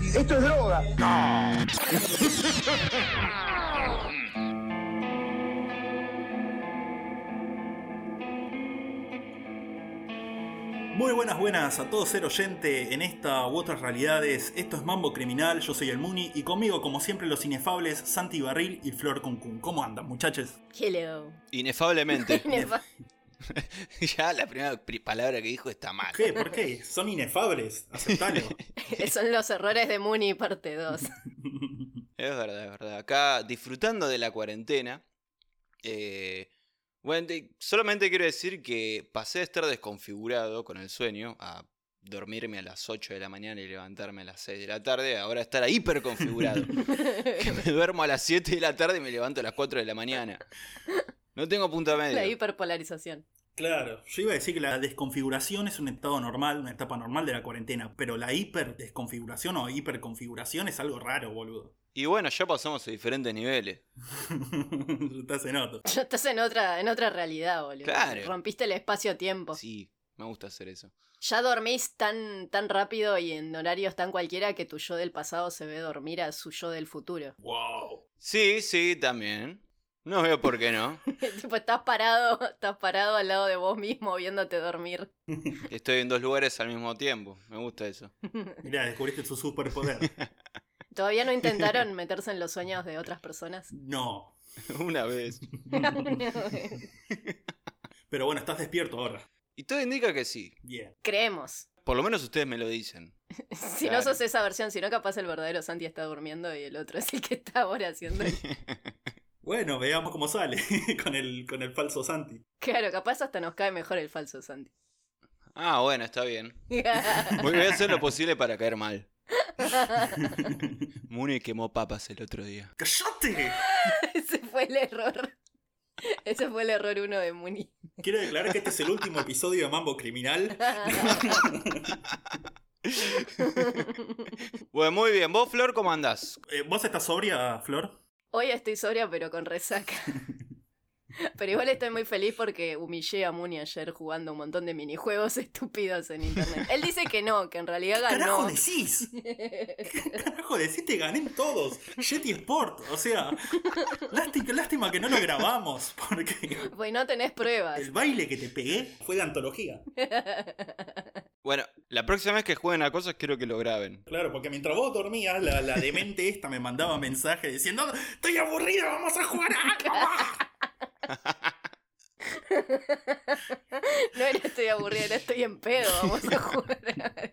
Esto es droga. Muy buenas, buenas a todos ser oyente en esta u otras realidades. Esto es Mambo Criminal, yo soy el Muni y conmigo, como siempre, los inefables Santi Barril y Flor Cuncun. ¿Cómo andan, muchachos? Hello. Inefablemente. Inefa- ya la primera pri- palabra que dijo está mal. ¿Qué? ¿Por qué? Son inefables, aceptalo. Son los errores de Mooney parte 2. Es verdad, es verdad. Acá disfrutando de la cuarentena. eh, bueno, te- solamente quiero decir que pasé de estar desconfigurado con el sueño a dormirme a las 8 de la mañana y levantarme a las 6 de la tarde, ahora estar hiperconfigurado. que me duermo a las 7 de la tarde y me levanto a las 4 de la mañana. No tengo punta La media. hiperpolarización. Claro, yo iba a decir que la desconfiguración es un estado normal, una etapa normal de la cuarentena, pero la hiperdesconfiguración o hiperconfiguración es algo raro, boludo. Y bueno, ya pasamos a diferentes niveles. Estás en otro. Ya Estás en otra, en otra realidad, boludo. Claro. Rompiste el espacio-tiempo. Sí, me gusta hacer eso. Ya dormís tan, tan rápido y en horarios tan cualquiera que tu yo del pasado se ve dormir a su yo del futuro. Wow. Sí, sí, también. No veo por qué no. tipo, estás parado, estás parado al lado de vos mismo viéndote dormir. Estoy en dos lugares al mismo tiempo. Me gusta eso. Mirá, descubriste su superpoder. ¿Todavía no intentaron meterse en los sueños de otras personas? No. Una vez. Pero bueno, estás despierto ahora. Y todo indica que sí. Bien. Creemos. Por lo menos ustedes me lo dicen. Si no Claro. sos esa versión, si no capaz el verdadero Santi está durmiendo y el otro es el que está ahora haciendo. el- Bueno, veamos cómo sale con el, con el falso Santi. Claro, capaz hasta nos cae mejor el falso Santi. Ah, bueno, está bien. Voy a hacer lo posible para caer mal. Mune quemó papas el otro día. ¡Cállate! Ese fue el error. Ese fue el error uno de Muni. Quiero declarar que este es el último episodio de Mambo Criminal. Bueno, muy bien. ¿Vos, Flor, cómo andás? Eh, ¿Vos estás sobria, Flor? Hoy estoy sobria pero con resaca. Pero igual estoy muy feliz porque humillé a Muni ayer jugando un montón de minijuegos estúpidos en internet. Él dice que no, que en realidad ¡Carajo ganó. decís! ¡Carajo decís! Te gané en todos. Jetty Sport, o sea. Lástima, lástima que no lo grabamos, porque Pues no tenés pruebas. el baile que te pegué fue de antología. Bueno, la próxima vez que jueguen a cosas quiero que lo graben. Claro, porque mientras vos dormías, la, la demente esta me mandaba mensajes diciendo: ¡Estoy aburrido, vamos a jugar a algo más". No era estoy aburrida, era estoy en pedo. Vamos a jugar.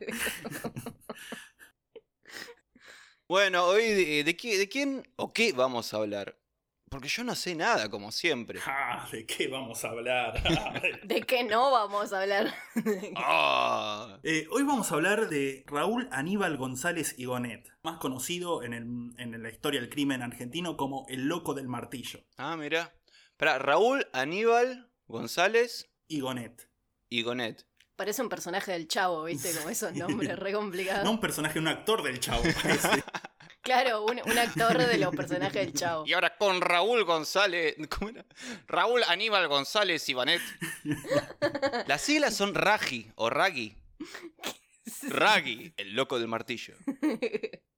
Bueno, hoy de, eh, de qué- de quién o qué vamos a hablar. Porque yo no sé nada, como siempre. Ah, ¿De qué vamos a hablar? Ah, ¿De qué no vamos a hablar? Ah. Eh, hoy vamos a hablar de Raúl Aníbal González Igonet, más conocido en, el- en la historia del crimen argentino como el loco del martillo, Ah, mira. Para Raúl, Aníbal, González Igonet. y Gonet. Parece un personaje del chavo, ¿viste? Como esos nombres re complicados. No un personaje, un actor del chavo, parece. Claro, un, un actor de los personajes del chavo. Y ahora con Raúl González. ¿Cómo era? Raúl Aníbal González Ivanet. Las siglas son Raji o Ragi. Ragi, el loco del martillo.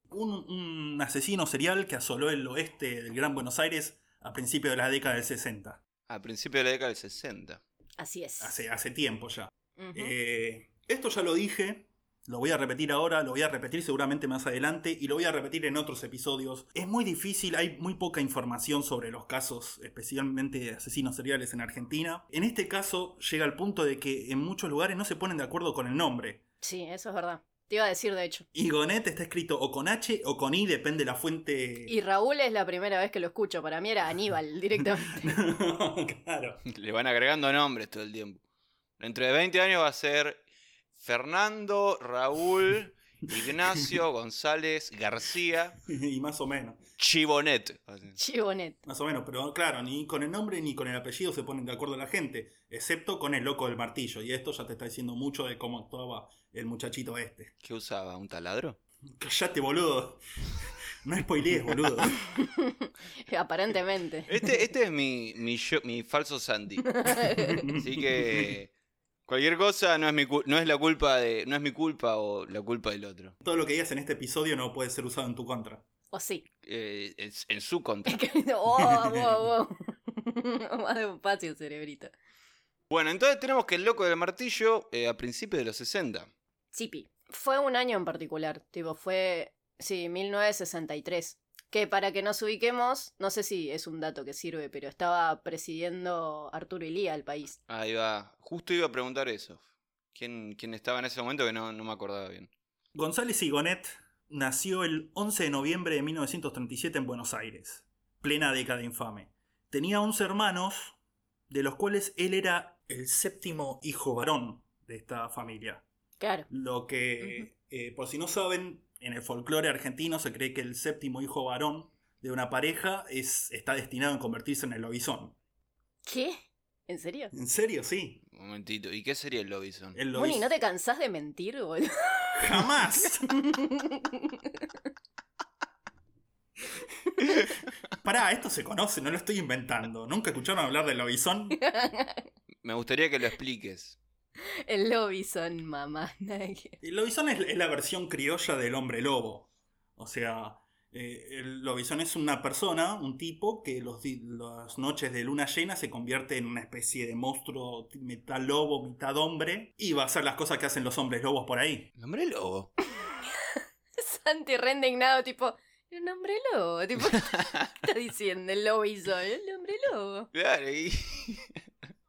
un, un asesino serial que asoló el oeste del Gran Buenos Aires a principios de la década del 60, A principios de la década del 60. Así es. hace, hace tiempo ya. Ujú. Eh, esto ya lo dije, lo voy a repetir ahora, lo voy a repetir seguramente más adelante y lo voy a repetir en otros episodios. Es muy difícil, hay muy poca información sobre los casos, especialmente de asesinos seriales en Argentina. En este caso llega al punto de que en muchos lugares no se ponen de acuerdo con el nombre. Sí, eso es verdad. Te iba a decir, de hecho. Y Gonet está escrito o con H o con I, depende la fuente. Y Raúl es la primera vez que lo escucho. Para mí era Aníbal directamente. claro. Le van agregando nombres todo el tiempo. Dentro de 20 años va a ser Fernando, Raúl, Ignacio, González, García, y más o menos. Chibonet. Chibonet. Más o menos, pero claro, ni con el nombre ni con el apellido se ponen de acuerdo la gente, excepto con el loco del martillo. Y esto ya te está diciendo mucho de cómo actuaba el muchachito este. ¿Qué usaba? ¿Un taladro? Callate, boludo. No spoilees, boludo. Aparentemente. Este, este es mi, mi, yo- mi falso Sandy. Así que Cualquier cosa no es, mi cul- no es la culpa de. No es mi culpa o la culpa del otro. Todo lo que digas en este episodio no puede ser usado en tu contra. O sí. Eh, es- en su contra. oh, wow, wow. Más despacio, cerebrito. Bueno, entonces tenemos que el loco del martillo eh, a principios de los 60. Zipi. Fue un año en particular, tipo, fue, sí, 1963. Que para que nos ubiquemos, no sé si es un dato que sirve, pero estaba presidiendo Arturo Ilía el país. Ahí va. Justo iba a preguntar eso. ¿Quién, quién estaba en ese momento que no, no me acordaba bien? González Sigonet nació el 11 de noviembre de 1937 en Buenos Aires, plena década infame. Tenía 11 hermanos, de los cuales él era el séptimo hijo varón de esta familia. Claro. Lo que, eh, por si no saben, en el folclore argentino se cree que el séptimo hijo varón de una pareja es, está destinado a convertirse en el lobizón. ¿Qué? ¿En serio? ¿En serio? Sí. Un momentito. ¿Y qué sería el Lobison? El lobiz- Moni, ¿no te cansás de mentir, boludo? ¡Jamás! Pará, esto se conoce, no lo estoy inventando. ¿Nunca escucharon hablar del lobizón? Me gustaría que lo expliques. El lobby son mamá. nada que- El lobizón es, es la versión criolla del hombre lobo. O sea, eh, el lobizón es una persona, un tipo, que los di- las noches de luna llena se convierte en una especie de monstruo mitad lobo, mitad hombre, y va a hacer las cosas que hacen los hombres lobos por ahí. El hombre lobo. Santi re indignado, tipo, el hombre lobo, tipo, ¿qué estás diciendo? El lobby son, el hombre lobo. Claro, y...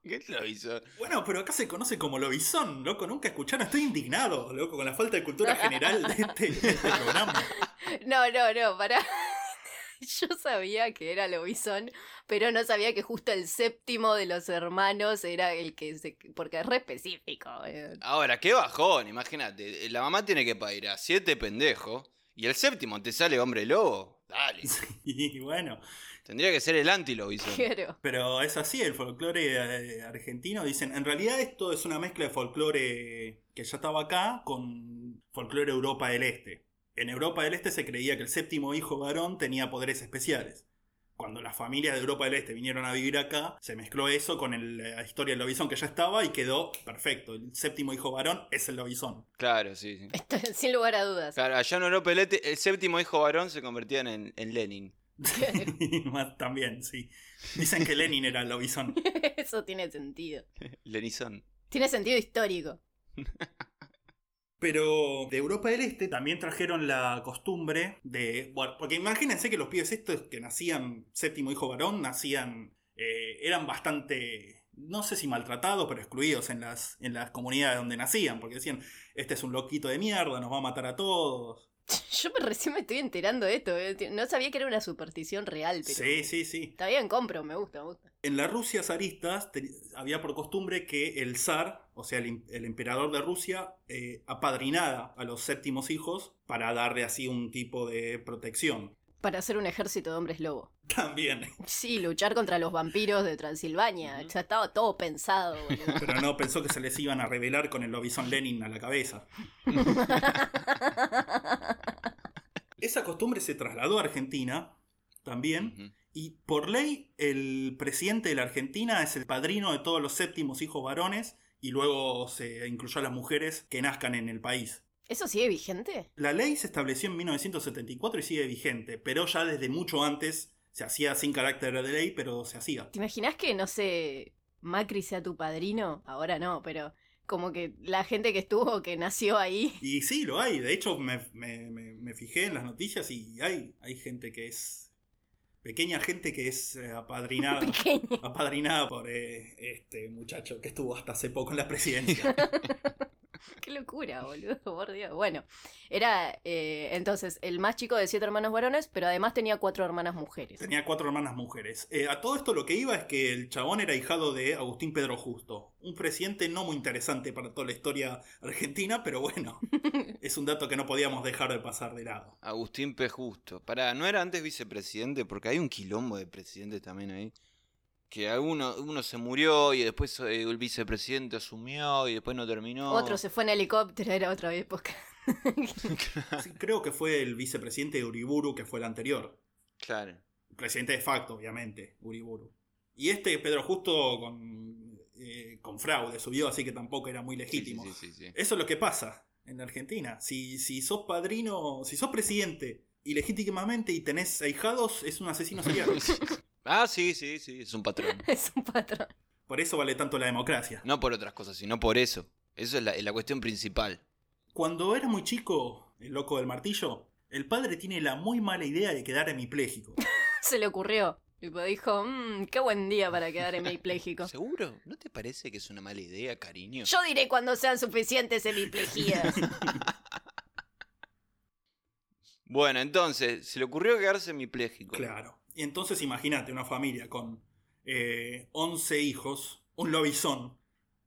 ¿Qué es Lobison? Bueno, pero acá se conoce como lobizón, loco. Nunca escucharon, estoy indignado, loco, con la falta de cultura general de este- de este programa. No, no, no, pará. Yo sabía que era lobizón, pero no sabía que justo el séptimo de los hermanos era el que se... Porque es re específico. eh. Ahora, qué bajón, imagínate. La mamá tiene que pagar a siete pendejos y el séptimo te sale hombre lobo. Dale. Y bueno, Tendría que ser el anti-Lobison. Quiero. pero es así, el folclore eh, argentino, dicen, en realidad esto es una mezcla de folclore que ya estaba acá con folclore Europa del Este. En Europa del Este se creía que el séptimo hijo varón tenía poderes especiales. Cuando las familias de Europa del Este vinieron a vivir acá, se mezcló eso con el- la historia del lobizón que ya estaba y quedó perfecto. El séptimo hijo varón es el lobizón. Claro, sí. sí. Esto, sin lugar a dudas. Claro, allá en Europa el, ete- el séptimo hijo varón se convertían en, en Lenin. Más También, sí. Dicen que Lenin era el lobizón. Eso tiene sentido. Lenison. Tiene sentido histórico. Pero de Europa del Este también trajeron la costumbre de. Bueno, porque imagínense que los pibes estos que nacían séptimo hijo varón, nacían. eh, eran bastante. No sé si maltratados, pero excluidos en las, en las comunidades donde nacían. Porque decían, este es un loquito de mierda, nos va a matar a todos. Yo me- recién me estoy enterando de esto. eh. No sabía que era una superstición real, pero... Sí, sí, sí. Está bien, compro, me gusta, me gusta. En la Rusia zarista te- había por costumbre que el zar, o sea, el, im- el emperador de Rusia, eh, apadrinara a los séptimos hijos para darle así un tipo de protección. Para hacer un ejército de hombres lobo. También. Sí, luchar contra los vampiros de Transilvania. Ujú. Ya estaba todo pensado, boludo. Pero no pensó que se les iban a revelar con el lobizón Lenin a la cabeza. Esa costumbre se trasladó a Argentina también. Ujú. Y por ley, el presidente de la Argentina es el padrino de todos los séptimos hijos varones. Y luego se incluyó a las mujeres que nazcan en el país. ¿Eso sigue vigente? La ley se estableció en 1974 y sigue vigente, pero ya desde mucho antes se hacía sin carácter de ley, pero se hacía. ¿Te imaginas que, no sé, Macri sea tu padrino? Ahora no, pero como que la gente que estuvo, que nació ahí. Y sí, lo hay. De hecho, me, me- me- me fijé en las noticias y hay, hay gente que es. Pequeña gente que es eh, apadrinada. Pequeña. apadrinada por eh, este muchacho que estuvo hasta hace poco en la presidencia. Qué locura, boludo, por Dios. Bueno, era eh, entonces el más chico de siete hermanos varones, pero además tenía cuatro hermanas mujeres. Tenía cuatro hermanas mujeres. Eh, a todo esto lo que iba es que el chabón era hijado de Agustín Pedro Justo, un presidente no muy interesante para toda la historia argentina, pero bueno, es un dato que no podíamos dejar de pasar de lado. Agustín P. Justo. Pará, ¿no era antes vicepresidente? Porque hay un quilombo de presidentes también ahí. Que alguno uno se murió y después eh, el vicepresidente asumió y después no terminó. Otro se fue en helicóptero, era otra época. Sí, creo que fue el vicepresidente de Uriburu, que fue el anterior. Claro. Presidente de facto, obviamente, Uriburu. Y este Pedro Justo con eh, con fraude subió, así que tampoco era muy Sí, sí, legítimo. sí, sí, sí. Eso es lo que pasa en la Argentina. Si, si sos padrino, si sos presidente ilegítimamente y tenés ahijados, es un asesino serial. Ah, sí, sí, sí, es un patrón. Es un patrón. Por eso vale tanto la democracia. No por otras cosas, sino por eso. Eso es la, es la cuestión principal. Cuando era muy chico, el loco del martillo, el padre tiene la muy mala idea de quedar hemipléjico. Se le ocurrió. Tipo, dijo, mmm, qué buen día para quedar hemipléjico. ¿Seguro? ¿No te parece que es una mala idea, cariño? Yo diré cuando sean suficientes hemiplejías. Bueno, entonces, se le ocurrió quedarse hemipléjico. Claro. Y entonces imagínate una familia con eh, 11 hijos, un lobizón,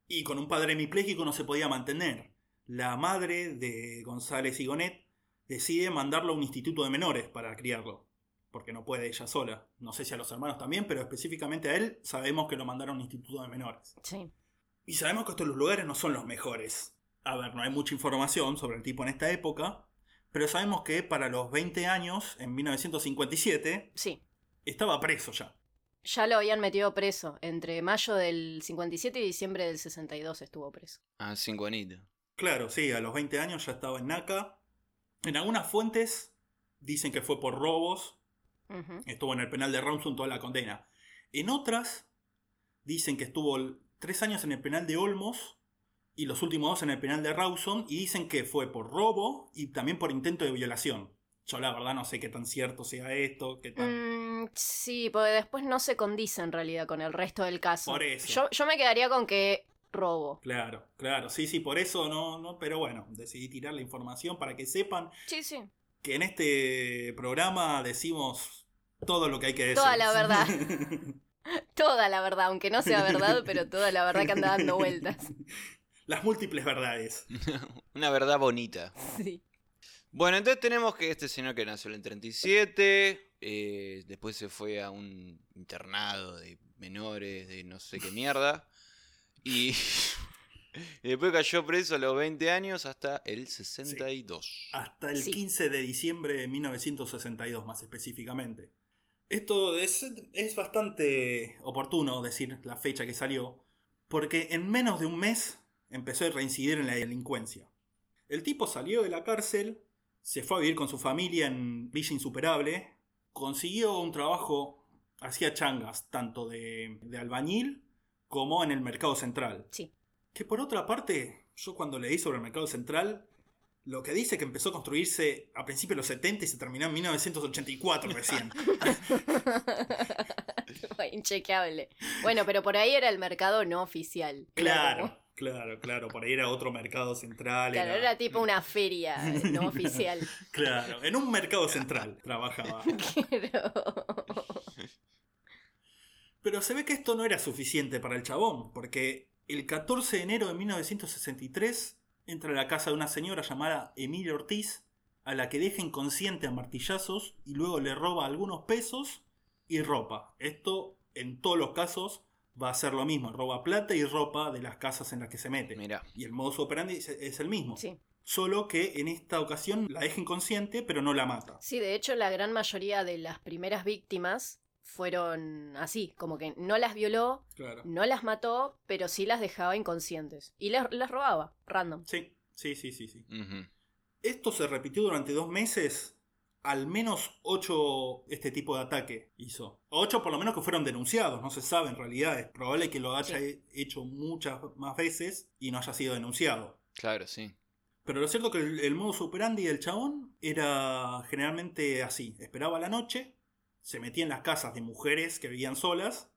y con un padre hemipléjico no se podía mantener. La madre de González y Gonet decide mandarlo a un instituto de menores para criarlo, porque no puede ella sola. No sé si a los hermanos también, pero específicamente a él sabemos que lo mandaron a un instituto de menores. Sí. Y sabemos que estos lugares no son los mejores. A ver, no hay mucha información sobre el tipo en esta época, pero sabemos que para los 20 años, en 1957, Sí. estaba preso ya. Ya lo habían metido preso. Entre mayo del 57 y diciembre del 62 estuvo preso. Ah, cinco anitos. Claro, sí, a los 20 años ya estaba en NACA. En algunas fuentes dicen que fue por robos, Ujú. estuvo en el penal de Ramsung toda la condena. En otras dicen que estuvo l- tres años en el penal de Olmos y los últimos dos en el penal de Rawson y dicen que fue por robo y también por intento de violación. Yo la verdad no sé qué tan cierto sea esto, qué tan... Mm, sí, porque después no se condice en realidad con el resto del caso. Por eso. Yo, yo me quedaría con que robo. Claro, claro, sí, sí, por eso no, no, pero bueno, decidí tirar la información para que sepan Sí, sí. que en este programa decimos todo lo que hay que decir. Toda la verdad. Toda la verdad, aunque no sea verdad, pero toda la verdad que anda dando vueltas. Las múltiples verdades. Una verdad bonita. Sí. Bueno, entonces tenemos que este señor que nació en el 37, eh, después se fue a un internado de menores, de no sé qué mierda, y, y después cayó preso a los 20 años hasta el 62. Hasta el Sí. 15 de diciembre de 1962, más específicamente. Esto es, es bastante oportuno decir la fecha que salió, porque en menos de un mes empezó a reincidir en la delincuencia. El tipo salió de la cárcel, se fue a vivir con su familia en Villa Insuperable, consiguió un trabajo, hacía changas, tanto de, de albañil como en el mercado central. Sí. Que por otra parte, yo cuando leí sobre el mercado central, lo que dice que empezó a construirse a principios de los 70 y se terminó en 1984 recién. Inchequeable. Bueno, pero por ahí era el mercado no oficial. Era como- claro, claro, claro. Por ahí era otro mercado central. Claro, era tipo una feria no oficial. Claro, en un mercado central trabajaba. Pero- Pero se ve que esto no era suficiente para el chabón, porque el 14 de enero de 1963 entra a la casa de una señora llamada Emilia Ortiz, a la que deja inconsciente a martillazos y luego le roba algunos pesos y ropa. Esto, en todos los casos, va a ser lo mismo: roba plata y ropa de las casas en las que se mete. Mira, Y el modus operandi es- es el mismo. Sí. Solo que en esta ocasión la deja inconsciente, pero no la mata. sí, de hecho la gran mayoría de las primeras víctimas fueron así, como que no las violó, Claro. no las mató, pero sí las dejaba inconscientes. Y les, las robaba, random. Sí, sí, sí, sí. sí. ujú. Esto se repitió durante dos meses. Al menos ocho este tipo de ataque hizo. Ocho por lo menos que fueron denunciados, no se sabe en realidad. Es probable que lo haya he- hecho muchas más veces y no haya sido denunciado. claro, sí. Pero lo cierto que el, el modus operandi del chabón era generalmente así. Esperaba la noche, se metía en las casas de mujeres que vivían solas.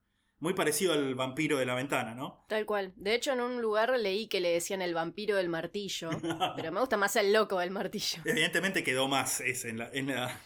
Muy parecido al vampiro de la ventana, ¿no? Tal cual. De hecho, en un lugar leí que le decían el vampiro del martillo, pero me gusta más el loco del martillo. Evidentemente quedó más ese en la- en la-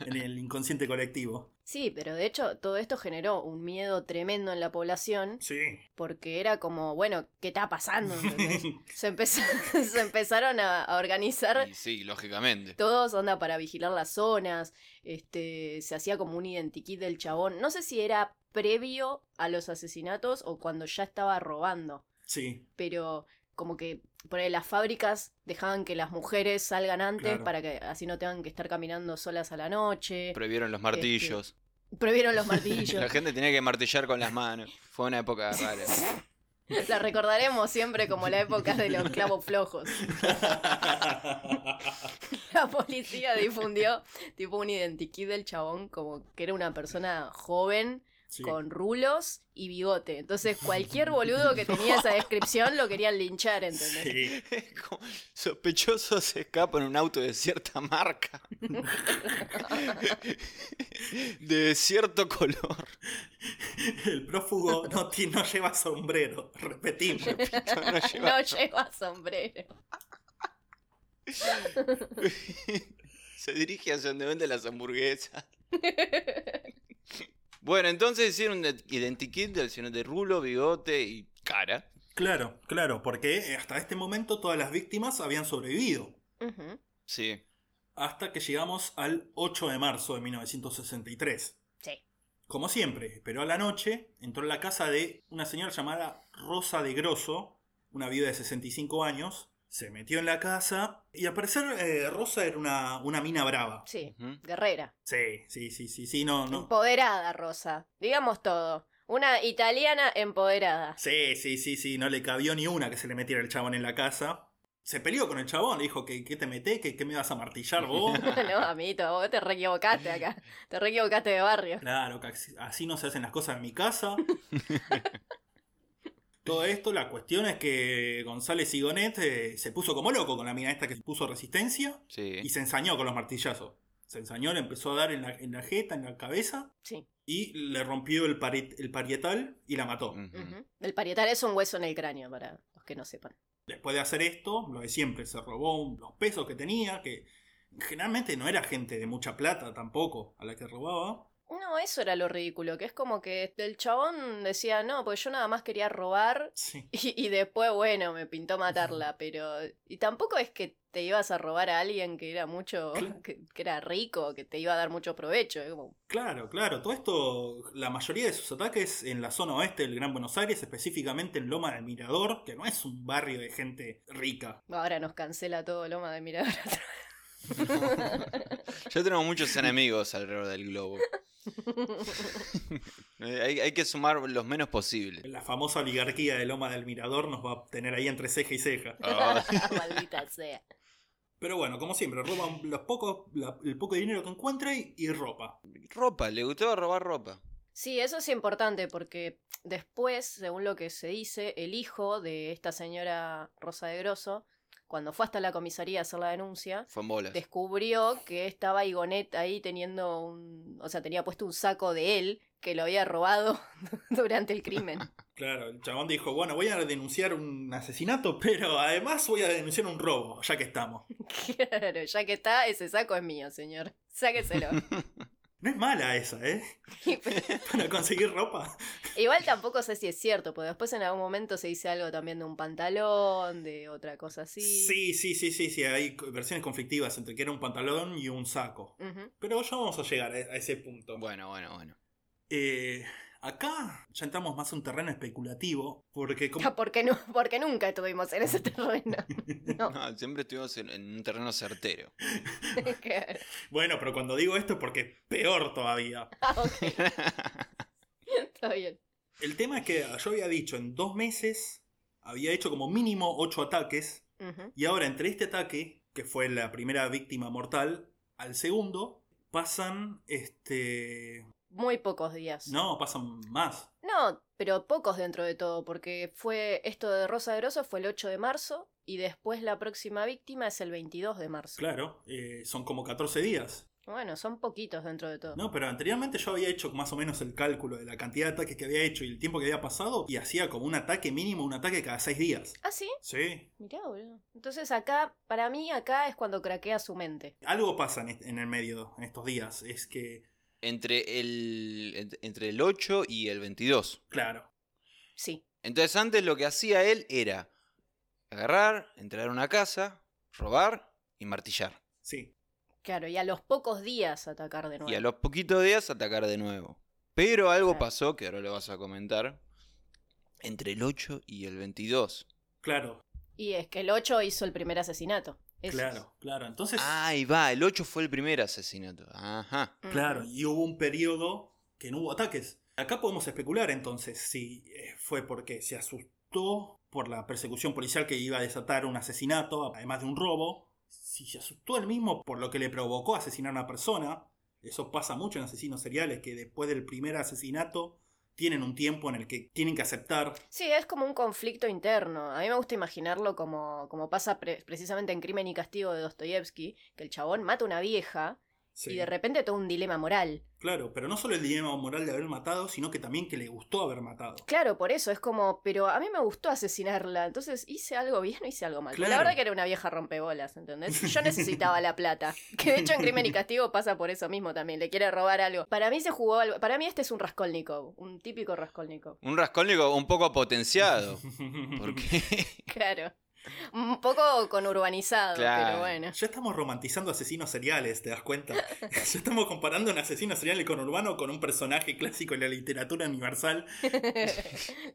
en el inconsciente colectivo. Sí, pero de hecho todo esto generó un miedo tremendo en la población Sí, porque era como, bueno, ¿qué está pasando? ¿Entendés? Se, empezó- se empezaron a, a organizar Y sí, lógicamente. todos, onda, para vigilar las zonas, este, se hacía como un identikit del chabón. No sé si era previo a los asesinatos o cuando ya estaba robando, sí, pero como que por ahí las fábricas dejaban que las mujeres salgan antes Claro. para que así no tengan que estar caminando solas a la noche. Prohibieron los martillos. Prohibieron los martillos. La gente tenía que martillar con las manos. Fue una época rara. La recordaremos siempre como la época de los clavos flojos. La policía difundió tipo un identikit del chabón como que era una persona joven Sí. con rulos y bigote. Entonces cualquier boludo que tenía esa descripción lo querían linchar, ¿entendés? Sí. Es como, Sospechoso se escapa en un auto de cierta marca. de cierto color. El prófugo no, ti- no lleva sombrero, repetimos. No, no lleva- No lleva sombrero. se dirige hacia donde venden las hamburguesas. Bueno, entonces hicieron un identikit del señor de rulo, bigote y cara. Claro, claro, porque hasta este momento todas las víctimas habían sobrevivido. Ujú. Sí. Hasta que llegamos al 8 de marzo de 1963. Sí. Como siempre, pero a la noche entró en la casa de una señora llamada Rosa de Grosso, una viuda de 65 años. Se metió en la casa y al parecer eh, Rosa era una, una mina brava. Sí. Ujú. Guerrera. Sí, sí, sí, sí, sí, no, no. Empoderada, Rosa. Digamos todo. Una italiana empoderada. Sí, sí, sí, sí, no le cabió ni una que se le metiera el chabón en la casa. Se peleó con el chabón, le dijo que, que te metés, que, que me vas a martillar vos. No, amiguito, vos te reequivocaste acá. Te reequivocaste de barrio. Claro, que así- así no se hacen las cosas en mi casa. Todo esto, la cuestión es que González Sigonet eh, se puso como loco con la mina esta que puso resistencia Sí. y se ensañó con los martillazos. Se ensañó, le empezó a dar en la, en la jeta, en la cabeza Sí. y le rompió el, paret- el parietal y la mató. Ujú. Ujú. El parietal es un hueso en el cráneo, para los que no sepan. Después de hacer esto, lo de siempre, se robó un- los pesos que tenía, que generalmente no era gente de mucha plata tampoco a la que robaba. No, eso era lo ridículo, que es como que el chabón decía, no, pues yo nada más quería robar Sí. y, y después, bueno, me pintó matarla, pero... Y tampoco es que te ibas a robar a alguien que era mucho, Claro. que, que era rico, que te iba a dar mucho provecho. es como, Claro, claro. Todo esto, la mayoría de sus ataques en la zona oeste del Gran Buenos Aires, específicamente en Loma del Mirador, que no es un barrio de gente rica. Ahora nos cancela todo Loma de mirar. Ya tenemos muchos enemigos alrededor del globo. Eh, hay, hay que sumar los menos posibles. La famosa oligarquía de Loma del Mirador nos va a tener ahí entre ceja y ceja. Ah, Maldita sea. Pero bueno, como siempre, roban los pocos, la- el poco dinero que encuentra y, y ropa. ropa, le gustaba robar ropa. Sí, eso es importante porque después, según lo que se dice, el hijo de esta señora Rosa de Grosso, cuando fue hasta la comisaría a hacer la denuncia, Fue en bolas. descubrió que estaba Igonet ahí teniendo un... O sea, tenía puesto un saco de él que lo había robado durante el crimen. Claro, el chabón dijo, bueno, voy a denunciar un asesinato, pero además voy a denunciar un robo, ya que estamos. Claro, ya que está, ese saco es mío, señor. Sáqueselo. pues, No es mala esa, ¿eh? Para conseguir ropa. Igual tampoco sé si es cierto, porque después en algún momento se dice algo también de un pantalón, de otra cosa así. Sí, sí, sí, sí, sí, hay co- versiones conflictivas entre que era un pantalón y un saco. Ujú. Pero ya vamos a llegar a a ese punto. Bueno, bueno, bueno. Eh, acá ya entramos más a un terreno especulativo, porque como... No, Ah, porque, nu- porque nunca estuvimos en ese terreno. No, No, siempre estuvimos en, en un terreno certero. claro. Bueno, pero cuando digo esto es porque es peor todavía. Ah, ok, está bien. El tema es que yo había dicho, en dos meses había hecho como mínimo ocho ataques Ujú. Y ahora entre este ataque, que fue la primera víctima mortal, al segundo pasan este Muy pocos días. no, pasan más. No, pero pocos dentro de todo, porque fue esto de Rosa de Grosso fue el 8 de marzo y después la próxima víctima es el 22 de marzo. Claro, eh, son como 14 días. Bueno, son poquitos dentro de todo. No, pero anteriormente yo había hecho más o menos el cálculo de la cantidad de ataques que había hecho y el tiempo que había pasado y hacía como un ataque mínimo, un ataque cada 6 días. Ah, sí, Sí. mirá, boludo. Entonces acá, para mí, acá es cuando craquea su mente. Algo pasa en, est- en el medio, en estos días. Es que, Entre el, ent- entre el 8 y el 22. claro, Sí. Entonces antes lo que hacía él era agarrar, entrar a una casa, robar y martillar. sí. Claro, y a los pocos días atacar de nuevo. Y a los poquitos días atacar de nuevo. Pero algo Claro. pasó, que ahora lo vas a comentar, entre el 8 y el 22. Claro, Y es que el 8 hizo el primer asesinato. Eso es. claro, claro. Entonces, Ahí va, el 8 fue el primer asesinato. Ajá. Ujú. Claro, y hubo un periodo que no hubo ataques. Acá podemos especular entonces si eh, fue porque se asustó asustó por la persecución policial que iba a desatar un asesinato, además de un robo. Si se asustó él mismo por lo que le provocó asesinar a una persona, eso pasa mucho en asesinos seriales, que después del primer asesinato tienen un tiempo en el que tienen que aceptar. Sí, es como un conflicto interno. A mí me gusta imaginarlo como, como pasa pre- precisamente en Crimen y Castigo de Dostoyevsky, que el chabón mata a una vieja y Sí, de repente todo un dilema moral. Claro, pero no solo el dilema moral de haber matado, sino que también que le gustó haber matado. Claro, por eso es como, pero a mí me gustó asesinarla, entonces hice algo bien o hice algo mal. La Claro. verdad que era una vieja rompebolas, ¿entendés? Yo necesitaba la plata. Que de hecho en Crimen y Castigo pasa por eso mismo también, le quiere robar algo. Para mí se jugó algo, para mí este es un Raskolnikov, un típico Raskolnikov. Un rascónico un poco potenciado. Porque Claro. Un poco conurbanizado, pero Claro. bueno. Ya estamos romantizando asesinos seriales, ¿te das cuenta? ya estamos comparando un asesino serial con Urbano con un personaje clásico de la literatura universal.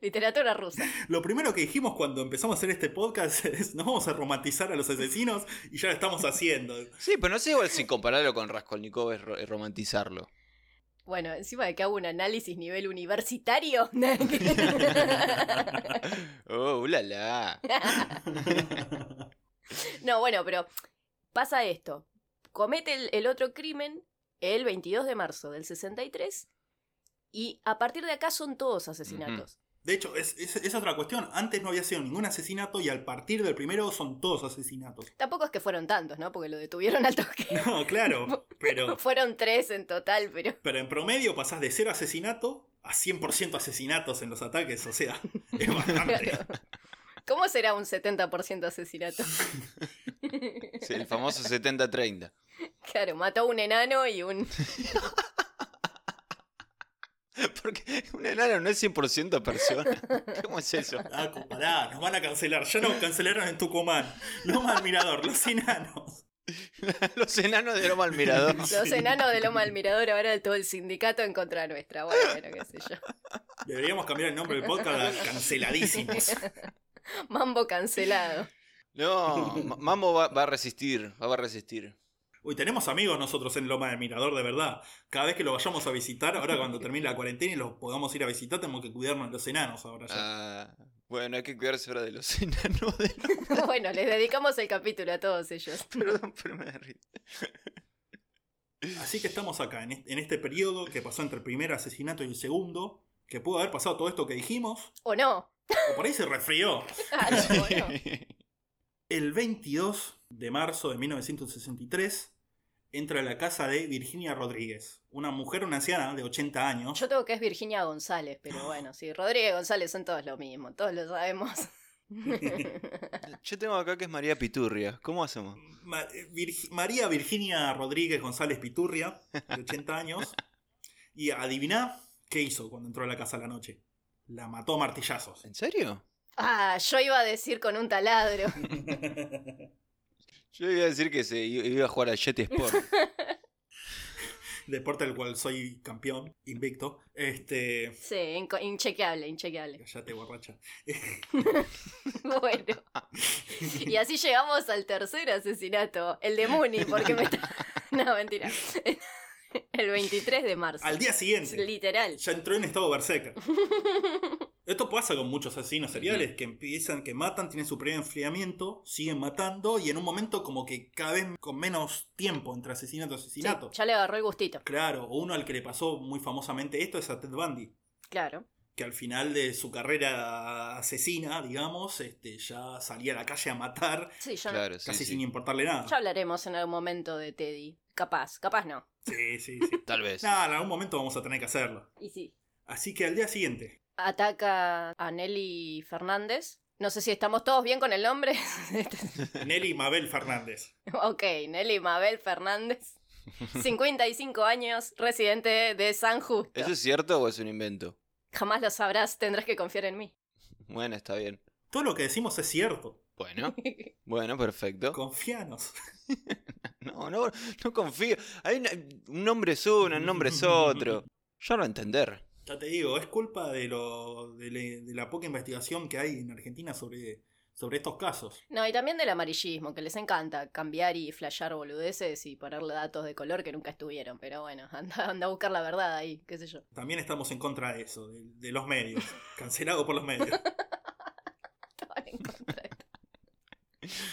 Literatura rusa. Lo primero que dijimos cuando empezamos a hacer este podcast es no vamos a romantizar a los asesinos y ya lo estamos haciendo. Sí, pero no sé igual si compararlo con Raskolnikov es, ro- es romantizarlo. Bueno, encima de que hago un análisis nivel universitario. Oh, ulala. No, bueno, pero pasa esto. Comete el, el otro crimen el 22 de marzo del 63 y a partir de acá son todos asesinatos. De hecho, es, es- es otra cuestión. Antes no había sido ningún asesinato y al partir del primero son todos asesinatos. Tampoco es que fueron tantos, ¿no? Porque lo detuvieron al toque. No, claro, pero, fueron tres en total, pero... pero en promedio pasás de cero asesinato a 100% asesinatos en los ataques, o sea, es bastante. ¿Cómo será un 70% asesinato? Sí, el famoso 70-30. Claro, mató a un enano y un... Porque un enano no es 100% persona. ¿Cómo es eso? Ah, pará, nos van a cancelar. Ya nos cancelaron en Tucumán. Loma del Mirador, los enanos. Los enanos de Roma al mirador. Los Sí. enanos de Loma del Mirador ahora todo el sindicato en contra nuestra. Bueno, qué sé yo. Deberíamos cambiar el nombre del podcast a Canceladísimos. Mambo cancelado. No, Ma- Mambo va, va a resistir, va a resistir. Uy, tenemos amigos nosotros en Loma del Mirador, de verdad. Cada vez que lo vayamos a visitar, ahora cuando termine la cuarentena y los podamos ir a visitar, tenemos que cuidarnos de los enanos ahora ya. Ah, bueno, hay que cuidarse ahora de los enanos de Roma. Bueno, les dedicamos el capítulo a todos ellos. Perdón, pero me da risa. Así que estamos acá, en este, en este periodo que pasó entre el primer asesinato y el segundo, que pudo haber pasado todo esto que dijimos, ¿O no? o por ahí se resfrió. Claro, ¿o no? El 22 de marzo de 1963 entra a la casa de Virginia Rodríguez, una mujer, una anciana de 80 años. Yo tengo que es Virginia González, pero bueno, sí, Rodríguez González son todos lo mismo, todos lo sabemos. Yo tengo acá que es María Piturria. ¿Cómo hacemos? Ma- eh, Virgi- María Virginia Rodríguez González Piturria, de 80 años. Y adivina qué hizo cuando entró a la casa a la noche. La mató a martillazos. ¿En serio? Ah, yo iba a decir con un taladro. Yo iba a decir que se i- iba a jugar a Jet Sport. Deporte del cual soy campeón, invicto. Este. Sí, inco- inchequeable, inchequeable. Callate, borracha. Bueno. Y así llegamos al tercer asesinato, el de Muni, porque me está... No, mentira. El 23 de marzo. Al día siguiente. Literal. Ya entró en estado berserker. Esto pasa con muchos asesinos seriales que empiezan, que matan, tienen su primer enfriamiento, siguen matando y en un momento como que cada vez con menos tiempo entre asesinato y Sí, asesinato. ya le agarró el gustito. Claro, o uno al que le pasó muy famosamente esto es a Ted Bundy, Claro. que al final de su carrera asesina, digamos, este, ya salía a la calle a matar Sí, ya, Claro, sí, casi sí. sin importarle nada. ya hablaremos en algún momento de Teddy. Capaz, capaz no. Sí, sí, sí. Tal vez. Nada, en algún momento vamos a tener que hacerlo. Y sí. Así que al día siguiente, Ataca a Nelly Fernández. No sé si estamos todos bien con el nombre. Nelly Mabel Fernández. ok, Nelly Mabel Fernández. 55 años, residente de San Justo. ¿Eso es cierto o es un invento? Jamás lo sabrás, tendrás que confiar en mí. Bueno, está bien. Todo lo que decimos es cierto. Bueno, bueno, perfecto. Confianos. No, no, no confío. Hay una- un nombre es uno, un nombre es otro. Yo no entender. Ya te digo, es culpa de, lo, de, le- de la poca investigación que hay en Argentina sobre, sobre estos casos. No, y también del amarillismo, que les encanta cambiar y flashear boludeces y ponerle datos de color que nunca estuvieron. Pero bueno, anda, anda a buscar la verdad ahí, qué sé yo. También estamos en contra de eso, de, de los medios. Cancelado por los medios.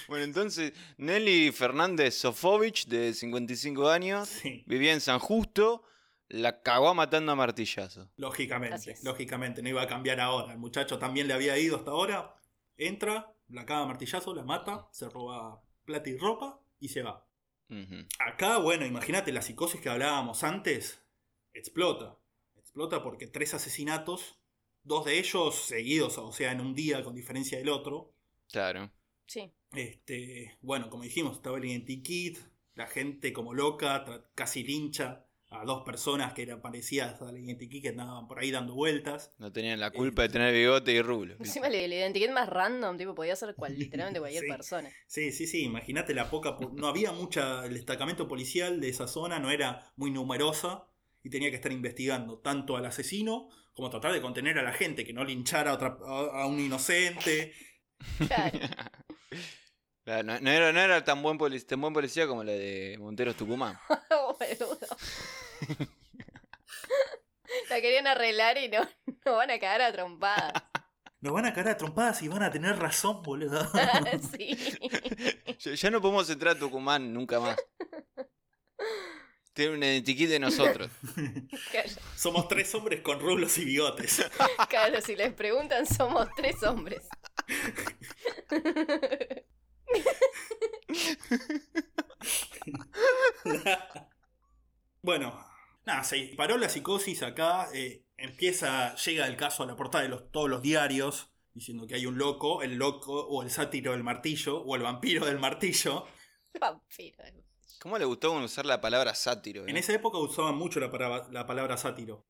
Bueno, entonces, Nelly Fernández Sofovich, de 55 años, Sí, vivía en San Justo, la cagó matando a martillazo. Así lógicamente, es. lógicamente, no iba a cambiar ahora. El muchacho también le había ido hasta ahora. Entra, la caga a martillazo, la mata, se roba plata y ropa y se va. Ujú. Acá, bueno, imagínate la psicosis que hablábamos antes. Explota. Explota porque tres asesinatos, dos de ellos seguidos, o sea, en un día con diferencia del otro. Claro. Sí. Este, bueno, como dijimos, estaba el identikit, la gente como loca, tra- casi lincha a dos personas que eran parecidas al identikit que andaban por ahí dando vueltas. No tenían la culpa de tener bigote y rulo. Encima el, el identikit más random, tipo, podía ser cual, literalmente cualquier Sí. persona. Sí, sí, sí, imagínate la poca. po- No había mucha. El destacamento policial de esa zona no era muy numerosa y tenía que estar investigando tanto al asesino como tratar de contener a la gente, que no linchara a, otra- a- a un inocente. Claro. Claro, no, no era, no era tan, buen polic- tan buen policía como la de Monteros Tucumán. Oh, Boludo. La querían arreglar y no, no van a cagar a trompadas. Nos van a caer a trompadas y van a tener razón, boludo. sí. Ya, ya no podemos entrar a Tucumán nunca más. Tiene un etiquete de nosotros. Claro, Somos tres hombres con rulos y bigotes. claro, si les preguntan, somos tres hombres. Bueno, nada, se disparó la psicosis acá. eh, empieza, llega el caso a la portada de los, todos los diarios, diciendo que hay un loco, el loco, o el sátiro del martillo, o el vampiro del martillo. Vampiro. ¿Cómo le gustó usar la palabra sátiro? eh? En esa época usaban mucho la, para- la palabra sátiro.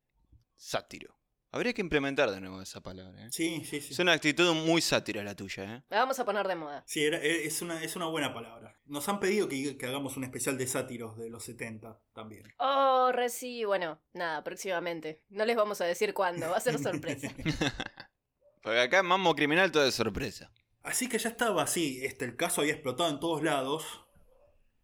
Sátiro. Habría que implementar de nuevo esa palabra. ¿eh? Sí, sí, sí. Es una actitud muy sátira la tuya. ¿eh? La vamos a poner de moda. Sí, era- e- es, una, es una buena palabra. Nos han pedido que, que hagamos un especial de sátiros de los 70 también. Oh, re sí, bueno, nada, próximamente. No les vamos a decir cuándo, va a ser sorpresa. Porque acá en Mambo Criminal todo es sorpresa. Así que ya estaba así, este, el caso había explotado en todos lados.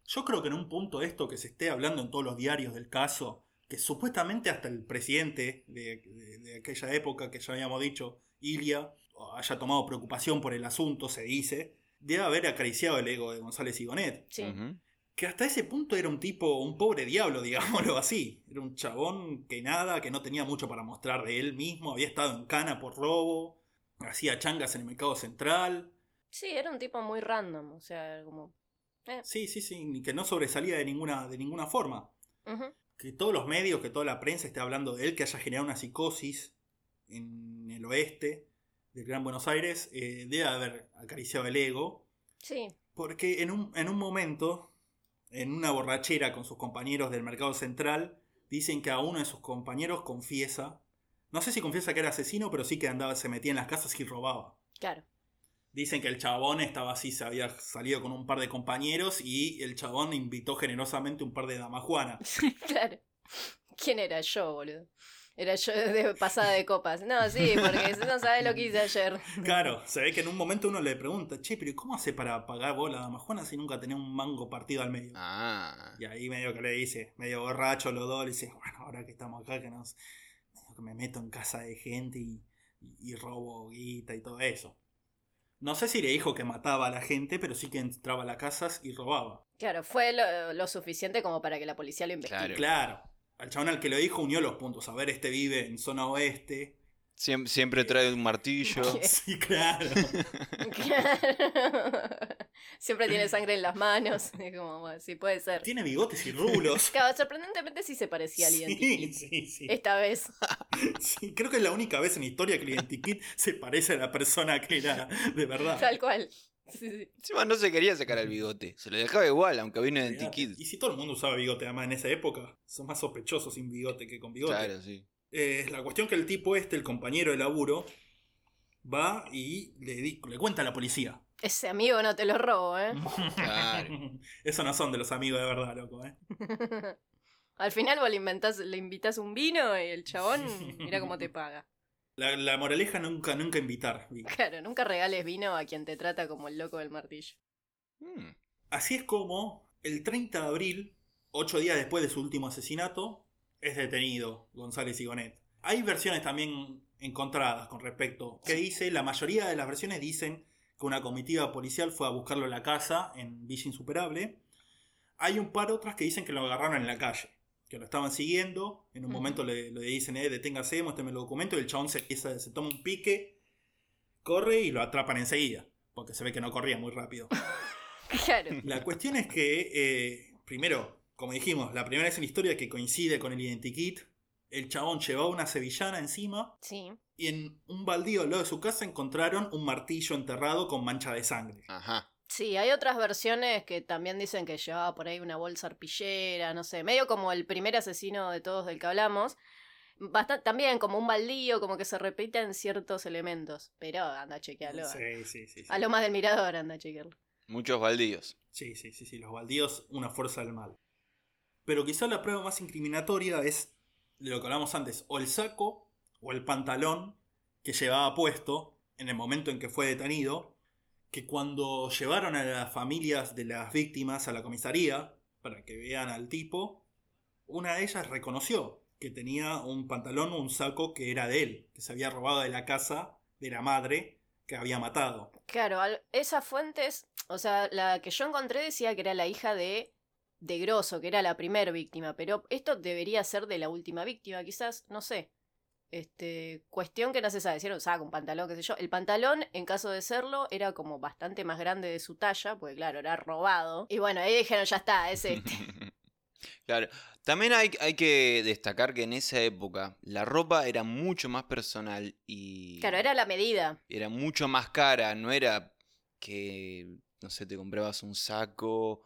Yo creo que en un punto esto que se esté hablando en todos los diarios del caso, que supuestamente hasta el presidente de, de- de aquella época que ya habíamos dicho, Ilia, haya tomado preocupación por el asunto, se dice, debe haber acariciado el ego de González Igonet. Sí. Ujú. Que hasta ese punto era un tipo, un pobre diablo, digámoslo así. Era un chabón que nada, que no tenía mucho para mostrar de él mismo, había estado en cana por robo, hacía changas en el mercado central. Sí, era un tipo muy random, o sea, como... Sí, sí, sí, ni que no sobresalía de ninguna, de ninguna forma. ujú. Que todos los medios, que toda la prensa esté hablando de él, que haya generado una psicosis en el oeste del Gran Buenos Aires, eh, debe haber acariciado el ego. Sí, Porque en un, en un momento, en una borrachera con sus compañeros del Mercado Central, dicen que a uno de sus compañeros confiesa, no sé si confiesa que era asesino, pero sí que andaba, se metía en las casas y robaba. claro. Dicen que el chabón estaba así, se había salido con un par de compañeros y el chabón invitó generosamente un par de damajuanas. Claro. ¿Quién era yo, boludo? Era yo de pasada de copas. No, sí, porque no sabes lo que hice ayer. Claro, se ve que en un momento uno le pregunta, che, pero ¿y ¿cómo hace para pagar vos la damajuana si nunca tenés un mango partido al medio? Ah. Y ahí medio que le dice, medio borracho los dos, le dice, bueno, ahora que estamos acá, que nos... medio que me meto en casa de gente y, y robo guita y todo eso. No sé si le dijo que mataba a la gente, pero sí que entraba a las casas y robaba. Claro, fue lo, lo suficiente como para que la policía lo investigue. Claro. Claro. Al chabón al que lo dijo unió los puntos. A ver, este vive en zona oeste. Siem- siempre trae un martillo. ¿Qué? Sí, claro. Claro. Siempre tiene sangre en las manos. Es como, bueno, sí, puede ser. Tiene bigotes y rulos. Claro, sorprendentemente sí se parecía al Sí, Identikit. sí, sí, Esta vez. Sí, Creo que es la única vez en la historia que el Identikit se parece a la persona que era de verdad. Tal cual. Sí, sí. Encima no se quería sacar el bigote. Se lo dejaba igual, aunque vino en Y si todo el mundo usaba bigote, además en esa época, son más sospechosos sin bigote que con bigote. Claro, sí. Eh, la cuestión que el tipo este, el compañero de laburo, va y le, di- le cuenta a la policía. Ese amigo no te lo robo, ¿eh? Mm. Claro. Eso no son de los amigos de verdad, loco, ¿eh? Al final vos le, inventás, le invitas un vino y el chabón mira cómo te paga. La, la moraleja nunca, nunca invitar. vi. Claro, nunca regales vino a quien te trata como el loco del martillo. Mm. Así es como, el 30 de abril, ocho días después de su último asesinato, es detenido González Igonet. Hay versiones también encontradas con respecto. que dice? La mayoría de las versiones dicen que una comitiva policial fue a buscarlo en la casa en Villa Insuperable. Hay un par otras que dicen que lo agarraron en la calle, que lo estaban siguiendo. En un Ujú. momento le, le dicen, eh, deténgase, muéstrame el documento. Y el chabón se, empieza- se toma un pique, corre y lo atrapan enseguida, porque se ve que no corría muy rápido. Claro. La cuestión es que, eh, primero, como dijimos, la primera vez en la historia que coincide con el Identikit, el chabón llevaba una sevillana encima Sí. y en un baldío al lado de su casa encontraron un martillo enterrado con mancha de sangre. Ajá. Sí, hay otras versiones que también dicen que llevaba por ahí una bolsa arpillera, no sé, medio como el primer asesino de todos del que hablamos. Basta- también como un baldío, como que se repiten ciertos elementos. Pero anda a chequearlo. Sí, sí, sí. sí. A lo más del mirador anda a chequearlo. Muchos baldíos. Sí, sí, sí, sí, los baldíos, una fuerza del mal. Pero quizá la prueba más incriminatoria es de lo que hablamos antes, o el saco o el pantalón que llevaba puesto en el momento en que fue detenido, que cuando llevaron a las familias de las víctimas a la comisaría para que vean al tipo, una de ellas reconoció que tenía un pantalón o un saco que era de él, que se había robado de la casa de la madre que había matado. Claro, al- esas fuentes, o sea, la que yo encontré decía que era la hija de de Grosso, que era la primer víctima, pero esto debería ser de la última víctima, quizás, no sé. Este, cuestión que no se sabe, si era un saco, un pantalón, qué sé yo. El pantalón, en caso de serlo, era como bastante más grande de su talla, porque claro, era robado. Y bueno, ahí dijeron, ya está, es este. Claro. También hay, hay que destacar que en esa época la ropa era mucho más personal y Claro, era la medida. era mucho más cara. No era que, no sé, te comprabas un saco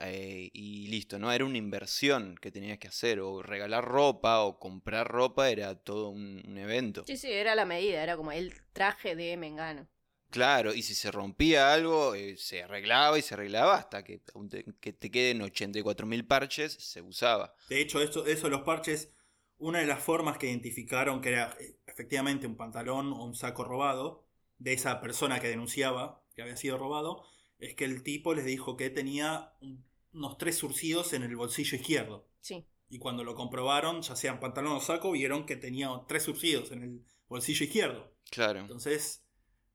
eh, y listo, ¿no? Era una inversión que tenías que hacer. O regalar ropa o comprar ropa era todo un, un evento. Sí, sí, era la medida, era como el traje de Mengano. Claro, y si se rompía algo, eh, se arreglaba y se arreglaba hasta que, aún te- que te queden 84.000 parches, se usaba. De hecho, eso, eso de los parches, una de las formas que identificaron que era eh, efectivamente un pantalón o un saco robado de esa persona que denunciaba que había sido robado, es que el tipo les dijo que tenía un- unos tres surcidos en el bolsillo izquierdo. Sí. Y cuando lo comprobaron, ya sean pantalón o saco, vieron que tenía tres surcidos en el bolsillo izquierdo. Claro. Entonces,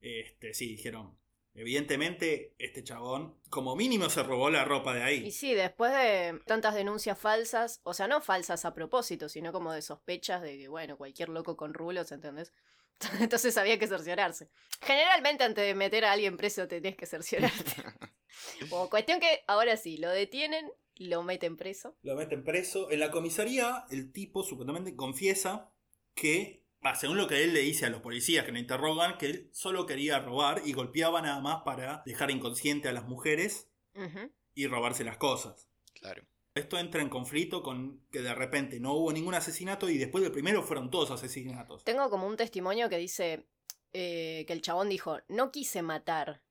este, sí, dijeron, evidentemente este chabón como mínimo se robó la ropa de ahí. Y sí, después de tantas denuncias falsas, o sea, no falsas a propósito, sino como de sospechas de que, bueno, cualquier loco con rulos, ¿entendés? Entonces había que cerciorarse. Generalmente antes de meter a alguien preso tenés que cerciorarte. o cuestión que ahora sí, lo detienen, lo meten preso. Lo meten preso. En la comisaría, el tipo supuestamente confiesa que, ah, según lo que él le dice a los policías que lo interrogan, que él solo quería robar y golpeaba nada más para dejar inconsciente a las mujeres Ujú. y robarse las cosas. Claro. Esto entra en conflicto con que de repente no hubo ningún asesinato y después del primero fueron todos asesinatos. Tengo como un testimonio que dice eh, que el chabón dijo, no quise matar,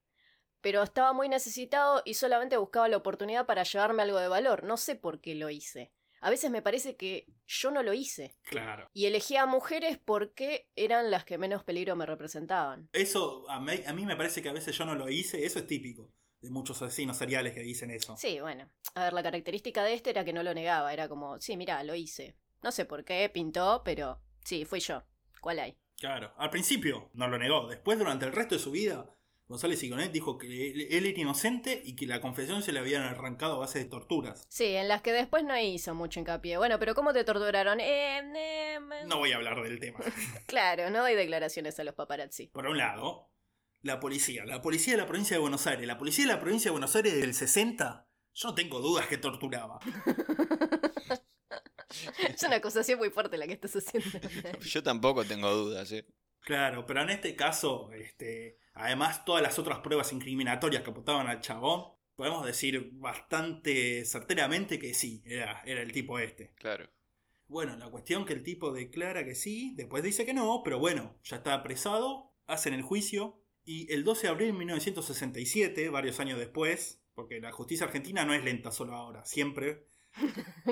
pero estaba muy necesitado y solamente buscaba la oportunidad para llevarme algo de valor. No sé por qué lo hice. A veces me parece que yo no lo hice. Claro. Y elegía a mujeres porque eran las que menos peligro me representaban. Eso a mí, a mí me parece que a veces yo no lo hice, eso es típico de muchos asesinos seriales que dicen eso. Sí, bueno. A ver, la característica de este era que no lo negaba. Era como, sí, mira, lo hice. No sé por qué, pintó, pero sí, fui yo. ¿Cuál hay? Claro, al principio no lo negó, después durante el resto de su vida, González Sigonet dijo que él, él era inocente y que la confesión se le habían arrancado a base de torturas. Sí, en las que después no hizo mucho hincapié. Bueno, pero ¿cómo te torturaron? Eh, eh, me- No voy a hablar del tema. Claro, no doy declaraciones a los paparazzi. Por un lado, la policía, la policía de la provincia de Buenos Aires, la policía de la provincia de Buenos Aires del 60, yo no tengo dudas que torturaba. Es una acusación muy fuerte la que estás haciendo. Yo tampoco tengo dudas, ¿eh? Claro, pero en este caso, este, además todas las otras pruebas incriminatorias que apuntaban al chabón, podemos decir bastante certeramente que sí, era, era el tipo este. Claro. Bueno, la cuestión que el tipo declara que sí, después dice que no, pero bueno, ya está apresado, hacen el juicio y el 12 de abril de 1967, varios años después, porque la justicia argentina no es lenta solo ahora, siempre,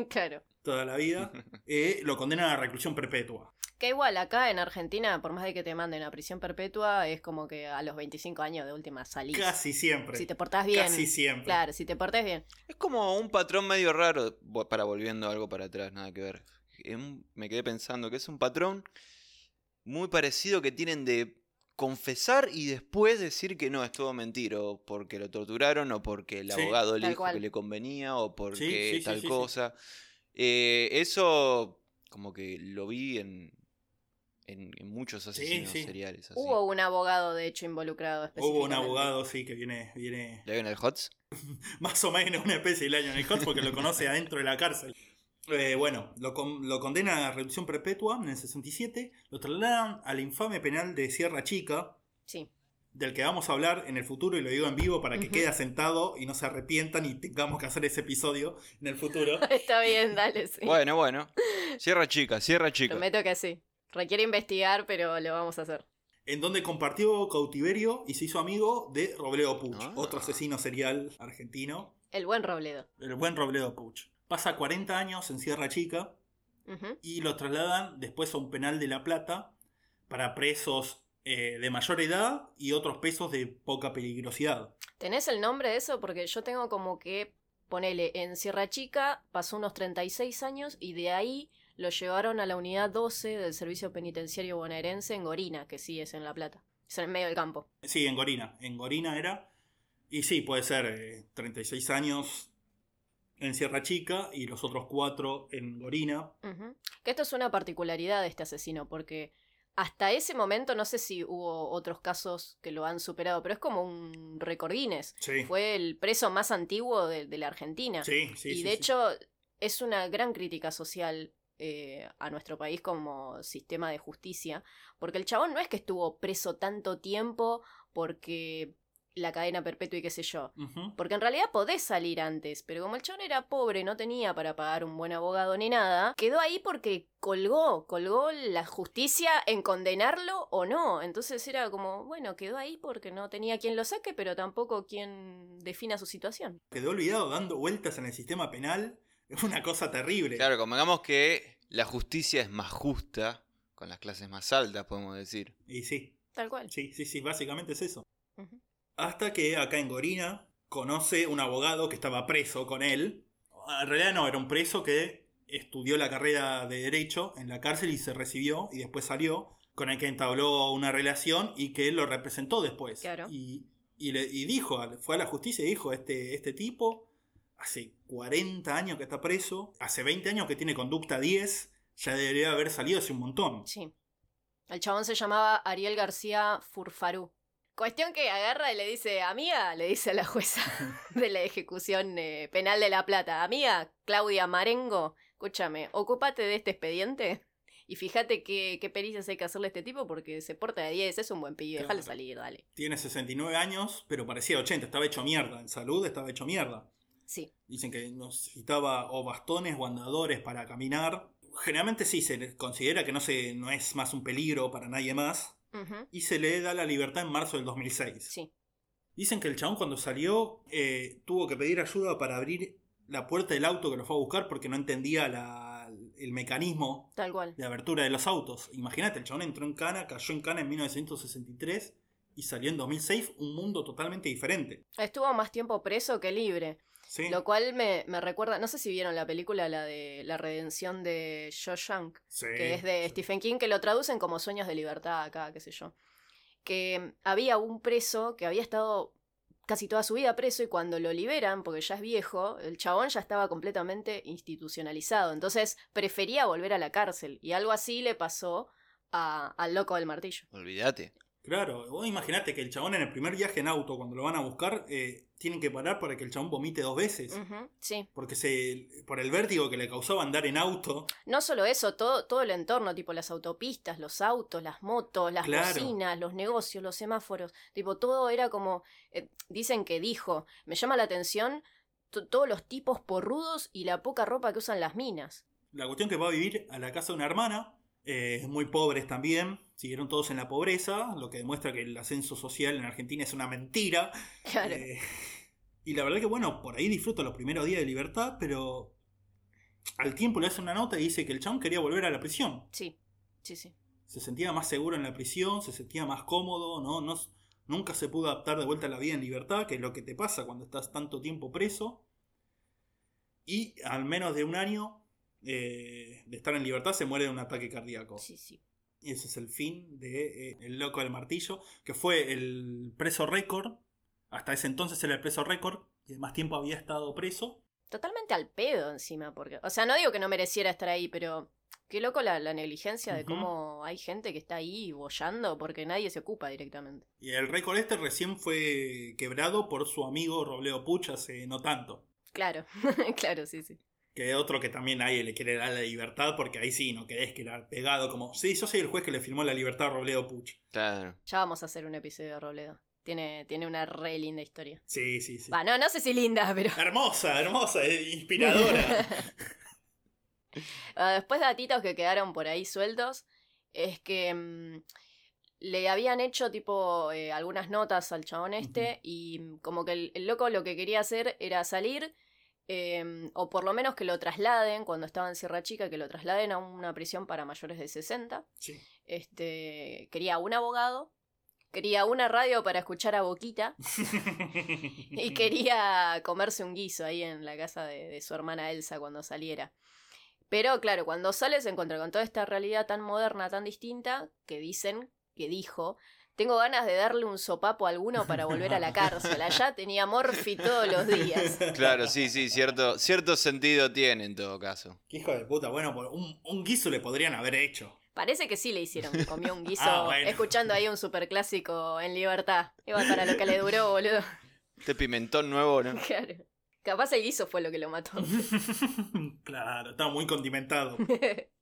claro. toda la vida, eh, lo condenan a reclusión perpetua. Que igual, acá en Argentina, por más de que te manden a prisión perpetua, es como que a los 25 años de última salís. Casi siempre. si te portás bien. Casi siempre. Claro, si te portás bien. Es como un patrón medio raro, vo- para volviendo algo para atrás, nada que ver. Es un- Me quedé pensando que es un patrón muy parecido que tienen de confesar y después decir que no, es todo mentira, o porque lo torturaron, o porque el Sí. abogado le Tal dijo cual. que le convenía, o porque sí, sí, tal sí, sí. cosa. Eh, eso como que lo vi en, en, en muchos asesinos sí. seriales. Así. Hubo un abogado, de hecho, involucrado. Hubo un específicamente. abogado, sí, que viene, viene Lionel Hotz? más o menos una especie de año en el Hotz porque lo conoce adentro de la cárcel. Eh, bueno, lo, con- lo condena a reducción perpetua en el 67, lo trasladan al infame penal de Sierra Chica, Sí. del que vamos a hablar en el futuro y lo digo en vivo para que Ujú. quede asentado y no se arrepientan y tengamos que hacer ese episodio en el futuro. Está bien, dale, sí. Bueno, bueno. Sierra Chica, Sierra Chica. Prometo que sí. Requiere investigar, pero lo vamos a hacer. en donde compartió cautiverio y se hizo amigo de Robledo Puch, Ah. otro asesino serial argentino, El buen Robledo. el buen Robledo Puch. Pasa 40 años en Sierra Chica Ujú. y lo trasladan después a un penal de La Plata para presos eh, de mayor edad y otros presos de poca peligrosidad. ¿Tenés el nombre de eso? Porque yo tengo como que, ponele, en Sierra Chica pasó unos 36 años y de ahí lo llevaron a la unidad 12 del Servicio Penitenciario Bonaerense en Gorina, que sí es en La Plata. Es en el medio del campo. Sí, en Gorina. En Gorina era. Y sí, puede ser eh, 36 años en Sierra Chica y los otros cuatro en Gorina. Ujú. Que esto es una particularidad de este asesino, porque hasta ese momento no sé si hubo otros casos que lo han superado, pero es como un récord Guinness. Sí. Fue el preso más antiguo de, de la Argentina. Sí, sí, y sí, de sí. hecho es una gran crítica social eh, a nuestro país como sistema de justicia, porque el chabón no es que estuvo preso tanto tiempo porque la cadena perpetua y qué sé yo. Ujú. Porque en realidad podés salir antes, pero como el chabón era pobre, no tenía para pagar un buen abogado ni nada, quedó ahí porque colgó, colgó la justicia en condenarlo o no. Entonces era como, bueno, quedó ahí porque no tenía quien lo saque, pero tampoco quien defina su situación. Quedó olvidado dando vueltas en el sistema penal. Es una cosa terrible. Claro, convengamos que la justicia es más justa con las clases más altas, podemos decir. Y sí, Tal cual. sí, sí, sí, básicamente es eso. Ujú. Hasta que acá en Gorina conoce un abogado que estaba preso con él. Ah, En realidad no, era un preso que estudió la carrera de derecho en la cárcel y se recibió y después salió, con el que entabló una relación y que él lo representó después. Claro. Y, y le, y dijo, fue a la justicia y dijo, este, este tipo hace 40 años que está preso, hace 20 años que tiene conducta 10, ya debería haber salido hace un montón. Sí. El chabón se llamaba Ariel García Furfarú. Cuestión que agarra y le dice, amiga, le dice a la jueza de la ejecución eh, penal de La Plata, amiga, Claudia Marengo, escúchame, ocúpate de este expediente y fíjate qué, qué pericias hay que hacerle a este tipo porque se porta de 10, es un buen pibe, déjalo Claro. salir, dale. Tiene 69 años, pero parecía 80, estaba hecho mierda. En salud estaba hecho mierda. Sí. Dicen que necesitaba o bastones o andadores para caminar. Generalmente sí, se le considera que no, se, no es más un peligro para nadie más. Ujú. Y se le da la libertad en marzo del 2006. Sí. Dicen que el chabón cuando salió eh, tuvo que pedir ayuda para abrir la puerta del auto que lo fue a buscar porque no entendía la- el mecanismo Tal cual. de abertura de los autos. Imagínate, el chabón entró en Cana, cayó en Cana en 1963 y salió en 2006 un mundo totalmente diferente. Estuvo más tiempo preso que libre. ¿sí? Lo cual me, me recuerda, no sé si vieron la película, la de la redención de Shawshank. Sí. que es de Stephen King, que lo traducen como Sueños de Libertad acá, qué sé yo. Que había un preso que había estado casi toda su vida preso y cuando lo liberan, porque ya es viejo, el chabón ya estaba completamente institucionalizado. Entonces prefería volver a la cárcel y algo así le pasó a- al loco del martillo. Olvídate. Claro, vos imaginate que el chabón en el primer viaje en auto, cuando lo van a buscar, eh, tienen que parar para que el chabón vomite dos veces. Ujú, sí. Porque se, por el vértigo que le causaba andar en auto, No solo eso, todo, todo el entorno, tipo las autopistas, los autos, las motos, las Claro. cocinas, los negocios, los semáforos, tipo todo era como, eh, dicen que dijo, me llama la atención to- todos los tipos porrudos y la poca ropa que usan las minas. la cuestión que va a vivir a la casa de una hermana, eh, muy pobres también, siguieron todos en la pobreza, lo que demuestra que el ascenso social en Argentina es una mentira. Claro. Eh, y la verdad que bueno, por ahí disfruto los primeros días de libertad, pero al tiempo le hace una nota y dice que el chabón quería volver a la prisión. Sí, sí, sí. Se sentía más seguro en la prisión, se sentía más cómodo, ¿no? no s- nunca se pudo adaptar de vuelta a la vida en libertad, que es lo que te pasa cuando estás tanto tiempo preso. Y al menos de un año eh, de estar en libertad se muere de un ataque cardíaco. Sí, sí. Y ese es el fin de eh, El Loco del Martillo, que fue el preso récord. Hasta ese entonces era el preso récord, que más tiempo había estado preso. Totalmente al pedo encima, porque. O sea, no digo que no mereciera estar ahí, pero. Qué loco la, la negligencia de Ujú. cómo hay gente que está ahí bollando porque nadie se ocupa directamente. Y el récord este recién fue quebrado por su amigo Robledo Puch hace no tanto. Claro, claro, sí, sí. Que otro que también nadie le quiere dar la libertad, porque ahí sí, no querés quedar pegado como, sí, yo soy el juez que le firmó la libertad a Robledo Puch. Claro. Ya vamos a hacer un episodio de Robledo. Tiene, tiene una re linda historia. Sí, sí, sí. Va, no, no sé si linda, pero. Hermosa, hermosa, eh, inspiradora. Ah, Después datitos que quedaron por ahí sueltos es que mm, le habían hecho tipo eh, algunas notas al chabón este y mm, como que el, el loco lo que quería hacer era salir eh, o por lo menos que lo trasladen cuando estaba en Sierra Chica, que lo trasladen a una prisión para mayores de 60. Sí. Este, quería un abogado, quería una radio para escuchar a Boquita y quería comerse un guiso ahí en la casa de, de su hermana Elsa cuando saliera. Pero claro, cuando sale se encuentra con toda esta realidad tan moderna, tan distinta, que dicen, que dijo, tengo ganas de darle un sopapo a alguno para volver a la cárcel. Allá tenía Morphy todos los días. Claro, sí, sí, cierto, cierto sentido tiene en todo caso. Qué hijo de puta, bueno, por un, un guiso le podrían haber hecho. Parece que sí le hicieron, comió un guiso Ah, bueno. escuchando ahí un superclásico en libertad. Iba para lo que le duró, boludo. Este pimentón nuevo, ¿no? Claro. Capaz el guiso fue lo que lo mató. claro, estaba muy condimentado.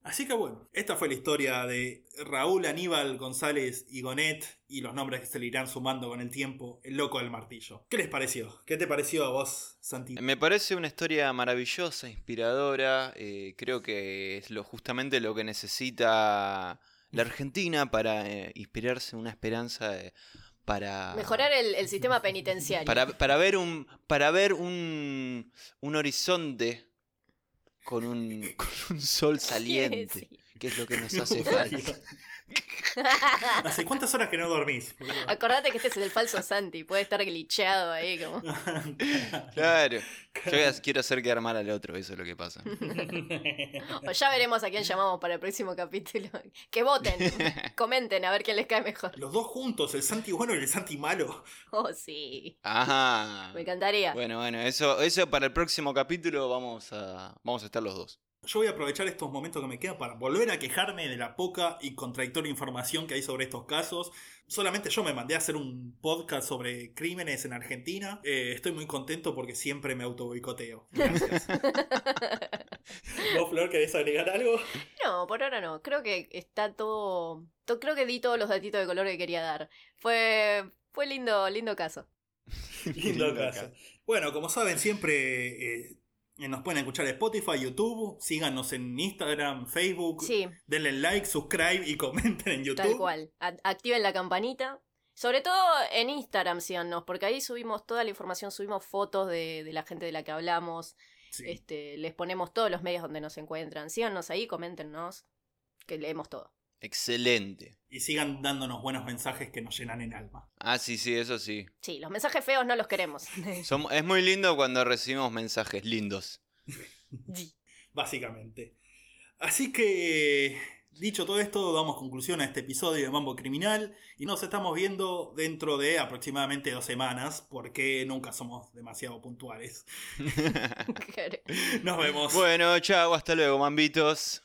Así que bueno, esta fue la historia de Raúl Aníbal González y Gonet y los nombres que se le irán sumando con el tiempo, el loco del martillo. ¿Qué les pareció? ¿Qué te pareció a vos, Santi? Me parece una historia maravillosa, inspiradora. eh, creo que es lo, justamente lo que necesita la Argentina para eh, inspirarse en una esperanza de- para Mejorar el, el sistema penitenciario. para, para ver un para ver un, un horizonte con un, con un sol saliente, Sí. que es lo que nos hace falta. ¿Hace cuántas horas que no dormís? boludo? Acordate que este es el falso Santi, puede estar glitcheado ahí como. Claro. Yo quiero hacer quedar mal al otro, eso es lo que pasa. O ya veremos a quién llamamos para el próximo capítulo. Que voten, comenten a ver quién les cae mejor. Los dos juntos, el Santi bueno y el Santi malo. Oh, sí. Ajá. Me encantaría. Bueno, bueno, eso, eso para el próximo capítulo vamos a, vamos a estar los dos. Yo voy a aprovechar estos momentos que me quedan para volver a quejarme de la poca y contradictoria información que hay sobre estos casos. Solamente yo me mandé a hacer un podcast sobre crímenes en Argentina. Eh, estoy muy contento porque siempre me auto boicoteo. Gracias. ¿Vos, Flor, querés agregar algo? No, por ahora no. Creo que está todo. to- creo que di todos los datitos de color que quería dar. Fue. Fue lindo, lindo caso. Lindo caso. Bueno, como saben, siempre eh, nos pueden escuchar en Spotify, YouTube. Síganos en Instagram, Facebook. Sí, Denle like, subscribe y comenten en YouTube. tal cual. A- activen la campanita. Sobre todo en Instagram, síganos, porque ahí subimos toda la información, subimos fotos de, de la gente de la que hablamos, Sí. Este, les ponemos todos los medios donde nos encuentran. Síganos ahí, coméntenos, que leemos todo. Excelente. Y sigan dándonos buenos mensajes que nos llenan el alma. Ah, sí, sí, eso sí. Sí, los mensajes feos no los queremos. Som- es muy lindo cuando recibimos mensajes lindos. básicamente. Así que, dicho todo esto, damos conclusión a este episodio de Mambo Criminal y nos estamos viendo dentro de aproximadamente dos semanas, porque nunca somos demasiado puntuales. Nos vemos. bueno, chao, hasta luego, mambitos.